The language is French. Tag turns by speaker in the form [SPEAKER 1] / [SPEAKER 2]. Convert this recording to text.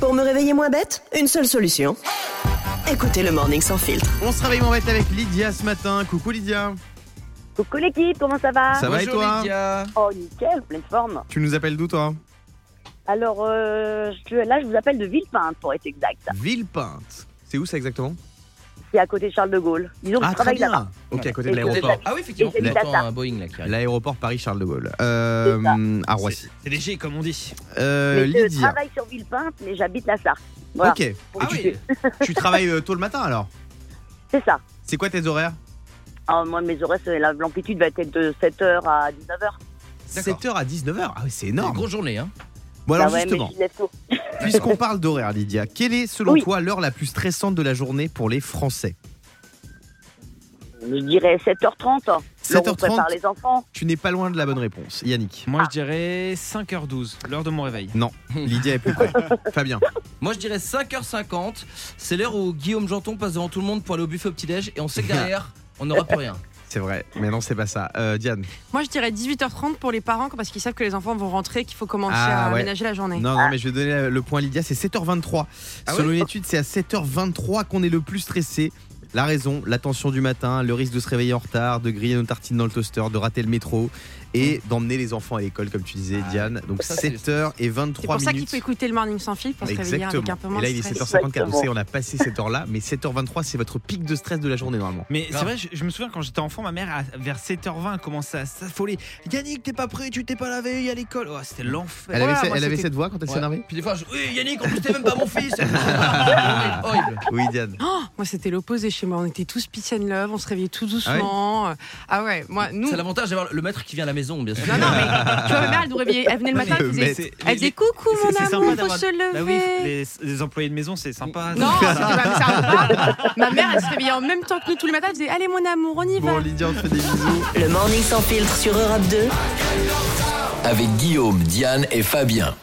[SPEAKER 1] Pour me réveiller moins bête, une seule solution. Écoutez le Morning Sans Filtre.
[SPEAKER 2] On se réveille en bête avec Lydia ce matin. Coucou Lydia.
[SPEAKER 3] Coucou l'équipe, comment ça va
[SPEAKER 2] Ça va et
[SPEAKER 4] Bonjour,
[SPEAKER 2] toi
[SPEAKER 4] Lydia.
[SPEAKER 3] Oh nickel, pleine forme.
[SPEAKER 2] Tu nous appelles d'où toi
[SPEAKER 3] Alors euh, je- là je vous appelle de Villepinte pour être exact.
[SPEAKER 2] Villepinte. C'est où ça exactement
[SPEAKER 3] C'est à côté de Charles de Gaulle. Disons que je travaille là-bas.
[SPEAKER 2] Ah, Ok, à côté de
[SPEAKER 3] Et que
[SPEAKER 2] l'aéroport.
[SPEAKER 4] Ah oui, effectivement,
[SPEAKER 3] Et c'est
[SPEAKER 4] j'entends
[SPEAKER 3] Tata.
[SPEAKER 4] un Boeing là qui arrive.
[SPEAKER 2] L'aéroport Paris-Charles de Gaulle. Euh,
[SPEAKER 3] C'est ça.
[SPEAKER 2] à Roissy.
[SPEAKER 4] C'est léger, comme on dit.
[SPEAKER 2] Euh,
[SPEAKER 3] mais je
[SPEAKER 2] Lydia.
[SPEAKER 3] travaille sur Villepinte mais j'habite la Sarthe. Voilà.
[SPEAKER 2] Ok.
[SPEAKER 4] Ah oui,
[SPEAKER 2] Tu travailles euh, tôt le matin alors
[SPEAKER 3] C'est ça.
[SPEAKER 2] C'est quoi tes horaires
[SPEAKER 3] Alors, moi mes horaires, c'est- la- l'amplitude va être de 7h à 19h.
[SPEAKER 4] D'accord.
[SPEAKER 2] 7h à 19h. Ah oui, c'est
[SPEAKER 4] c'est une
[SPEAKER 2] énorme.
[SPEAKER 4] grosse journée. Hein.
[SPEAKER 2] Bon
[SPEAKER 3] Bah
[SPEAKER 2] alors
[SPEAKER 3] ouais,
[SPEAKER 2] justement,
[SPEAKER 3] mais je lève tôt.
[SPEAKER 2] puisqu'on parle d'horaires Lydia, quelle est selon
[SPEAKER 3] Oui.
[SPEAKER 2] toi l'heure la plus stressante de la journée pour les Français
[SPEAKER 3] Je dirais 7h30. hein. Alors, on
[SPEAKER 2] 7h30,
[SPEAKER 3] prépare les enfants.
[SPEAKER 2] tu n'es pas loin de la bonne réponse. Yannick.
[SPEAKER 5] Moi, je dirais 5h12, l'heure de mon réveil.
[SPEAKER 2] Lydia est plus près. Fabien.
[SPEAKER 4] Moi, je dirais 5h50. C'est l'heure où Guillaume Janton passe devant tout le monde pour aller au buffet au petit-déj. Et on sait que derrière, on n'aura plus rien.
[SPEAKER 2] C'est vrai, mais non, c'est pas ça. Euh, Diane.
[SPEAKER 6] Moi, je dirais 18h30 pour les parents parce qu'ils savent que les enfants vont rentrer, qu'il faut commencer
[SPEAKER 2] Ah,
[SPEAKER 6] à
[SPEAKER 2] ouais.
[SPEAKER 6] ménager la journée.
[SPEAKER 2] Non, non, mais je vais donner le point à Lydia, c'est 7h23.
[SPEAKER 4] Ah
[SPEAKER 2] Selon une étude, c'est à 7h23 qu'on est le plus stressé. La raison, la tension du matin, le risque de se réveiller en retard, de griller nos tartines dans le toaster, de rater le métro et d'emmener les enfants à l'école, comme tu disais,
[SPEAKER 4] Ah,
[SPEAKER 2] Diane. Donc
[SPEAKER 4] ça, c'est le
[SPEAKER 2] 7h et 23
[SPEAKER 6] Mm. C'est pour ça qu'il
[SPEAKER 2] minutes.
[SPEAKER 6] faut écouter le Morning Sans Fil pour se réveiller avec un peu
[SPEAKER 2] Exactement.
[SPEAKER 6] moins
[SPEAKER 2] Et là, il
[SPEAKER 6] de
[SPEAKER 2] est
[SPEAKER 6] stress.
[SPEAKER 2] 7h54. Vous
[SPEAKER 3] Exactement.
[SPEAKER 2] savez, on a passé cette heure-là, mais 7h23, c'est votre pic de stress de la journée, normalement.
[SPEAKER 5] Mais c'est
[SPEAKER 4] Grave.
[SPEAKER 5] vrai, je, je me souviens quand j'étais enfant, ma mère, à- vers 7h20, commençait à s'affoler. Yannick, t'es pas prêt, tu t'es pas lavé, il y a l'école. Oh, c'était l'enfer.
[SPEAKER 2] Elle avait,
[SPEAKER 5] Voilà,
[SPEAKER 2] ce-
[SPEAKER 5] moi,
[SPEAKER 2] elle avait
[SPEAKER 5] c'était-
[SPEAKER 2] cette voix quand elle s'est
[SPEAKER 4] Ouais.
[SPEAKER 2] énervée
[SPEAKER 4] Puis des fois, je... oui, Yannick, en plus, t'es même pas mon fils. Horrible, horrible.
[SPEAKER 2] Oui, Diane.
[SPEAKER 6] Moi, c'était l'opposé chez moi. On était tous peace and love, on se réveillait tout
[SPEAKER 2] Ah ouais
[SPEAKER 6] doucement. Euh, Ah ouais, moi, nous.
[SPEAKER 4] C'est l'avantage d'avoir le maître qui vient à la maison, bien sûr.
[SPEAKER 6] Non, non, mais tu vois, ma mère, elle nous réveillait. Elle venait le
[SPEAKER 2] Non,
[SPEAKER 6] matin,
[SPEAKER 2] mais
[SPEAKER 6] elle
[SPEAKER 2] le
[SPEAKER 6] faisait.
[SPEAKER 2] maître.
[SPEAKER 5] C'est-
[SPEAKER 6] Elle
[SPEAKER 5] les-
[SPEAKER 6] disait coucou,
[SPEAKER 5] c'est- c'est
[SPEAKER 6] mon
[SPEAKER 5] sympa
[SPEAKER 6] amour, faut
[SPEAKER 5] d'avoir-
[SPEAKER 6] se lever.
[SPEAKER 5] Bah oui, les, les employés de maison, c'est sympa.
[SPEAKER 6] Non, c'était pas sympa. Ma mère, elle se réveillait en même temps que nous tous les matins. Elle disait Allez, mon amour, on y va.
[SPEAKER 2] Bon, Lydia, on te fait des bisous.
[SPEAKER 1] Le Morning Sans Filtre sur Europe 2.
[SPEAKER 7] Avec Guillaume, Diane et Fabien.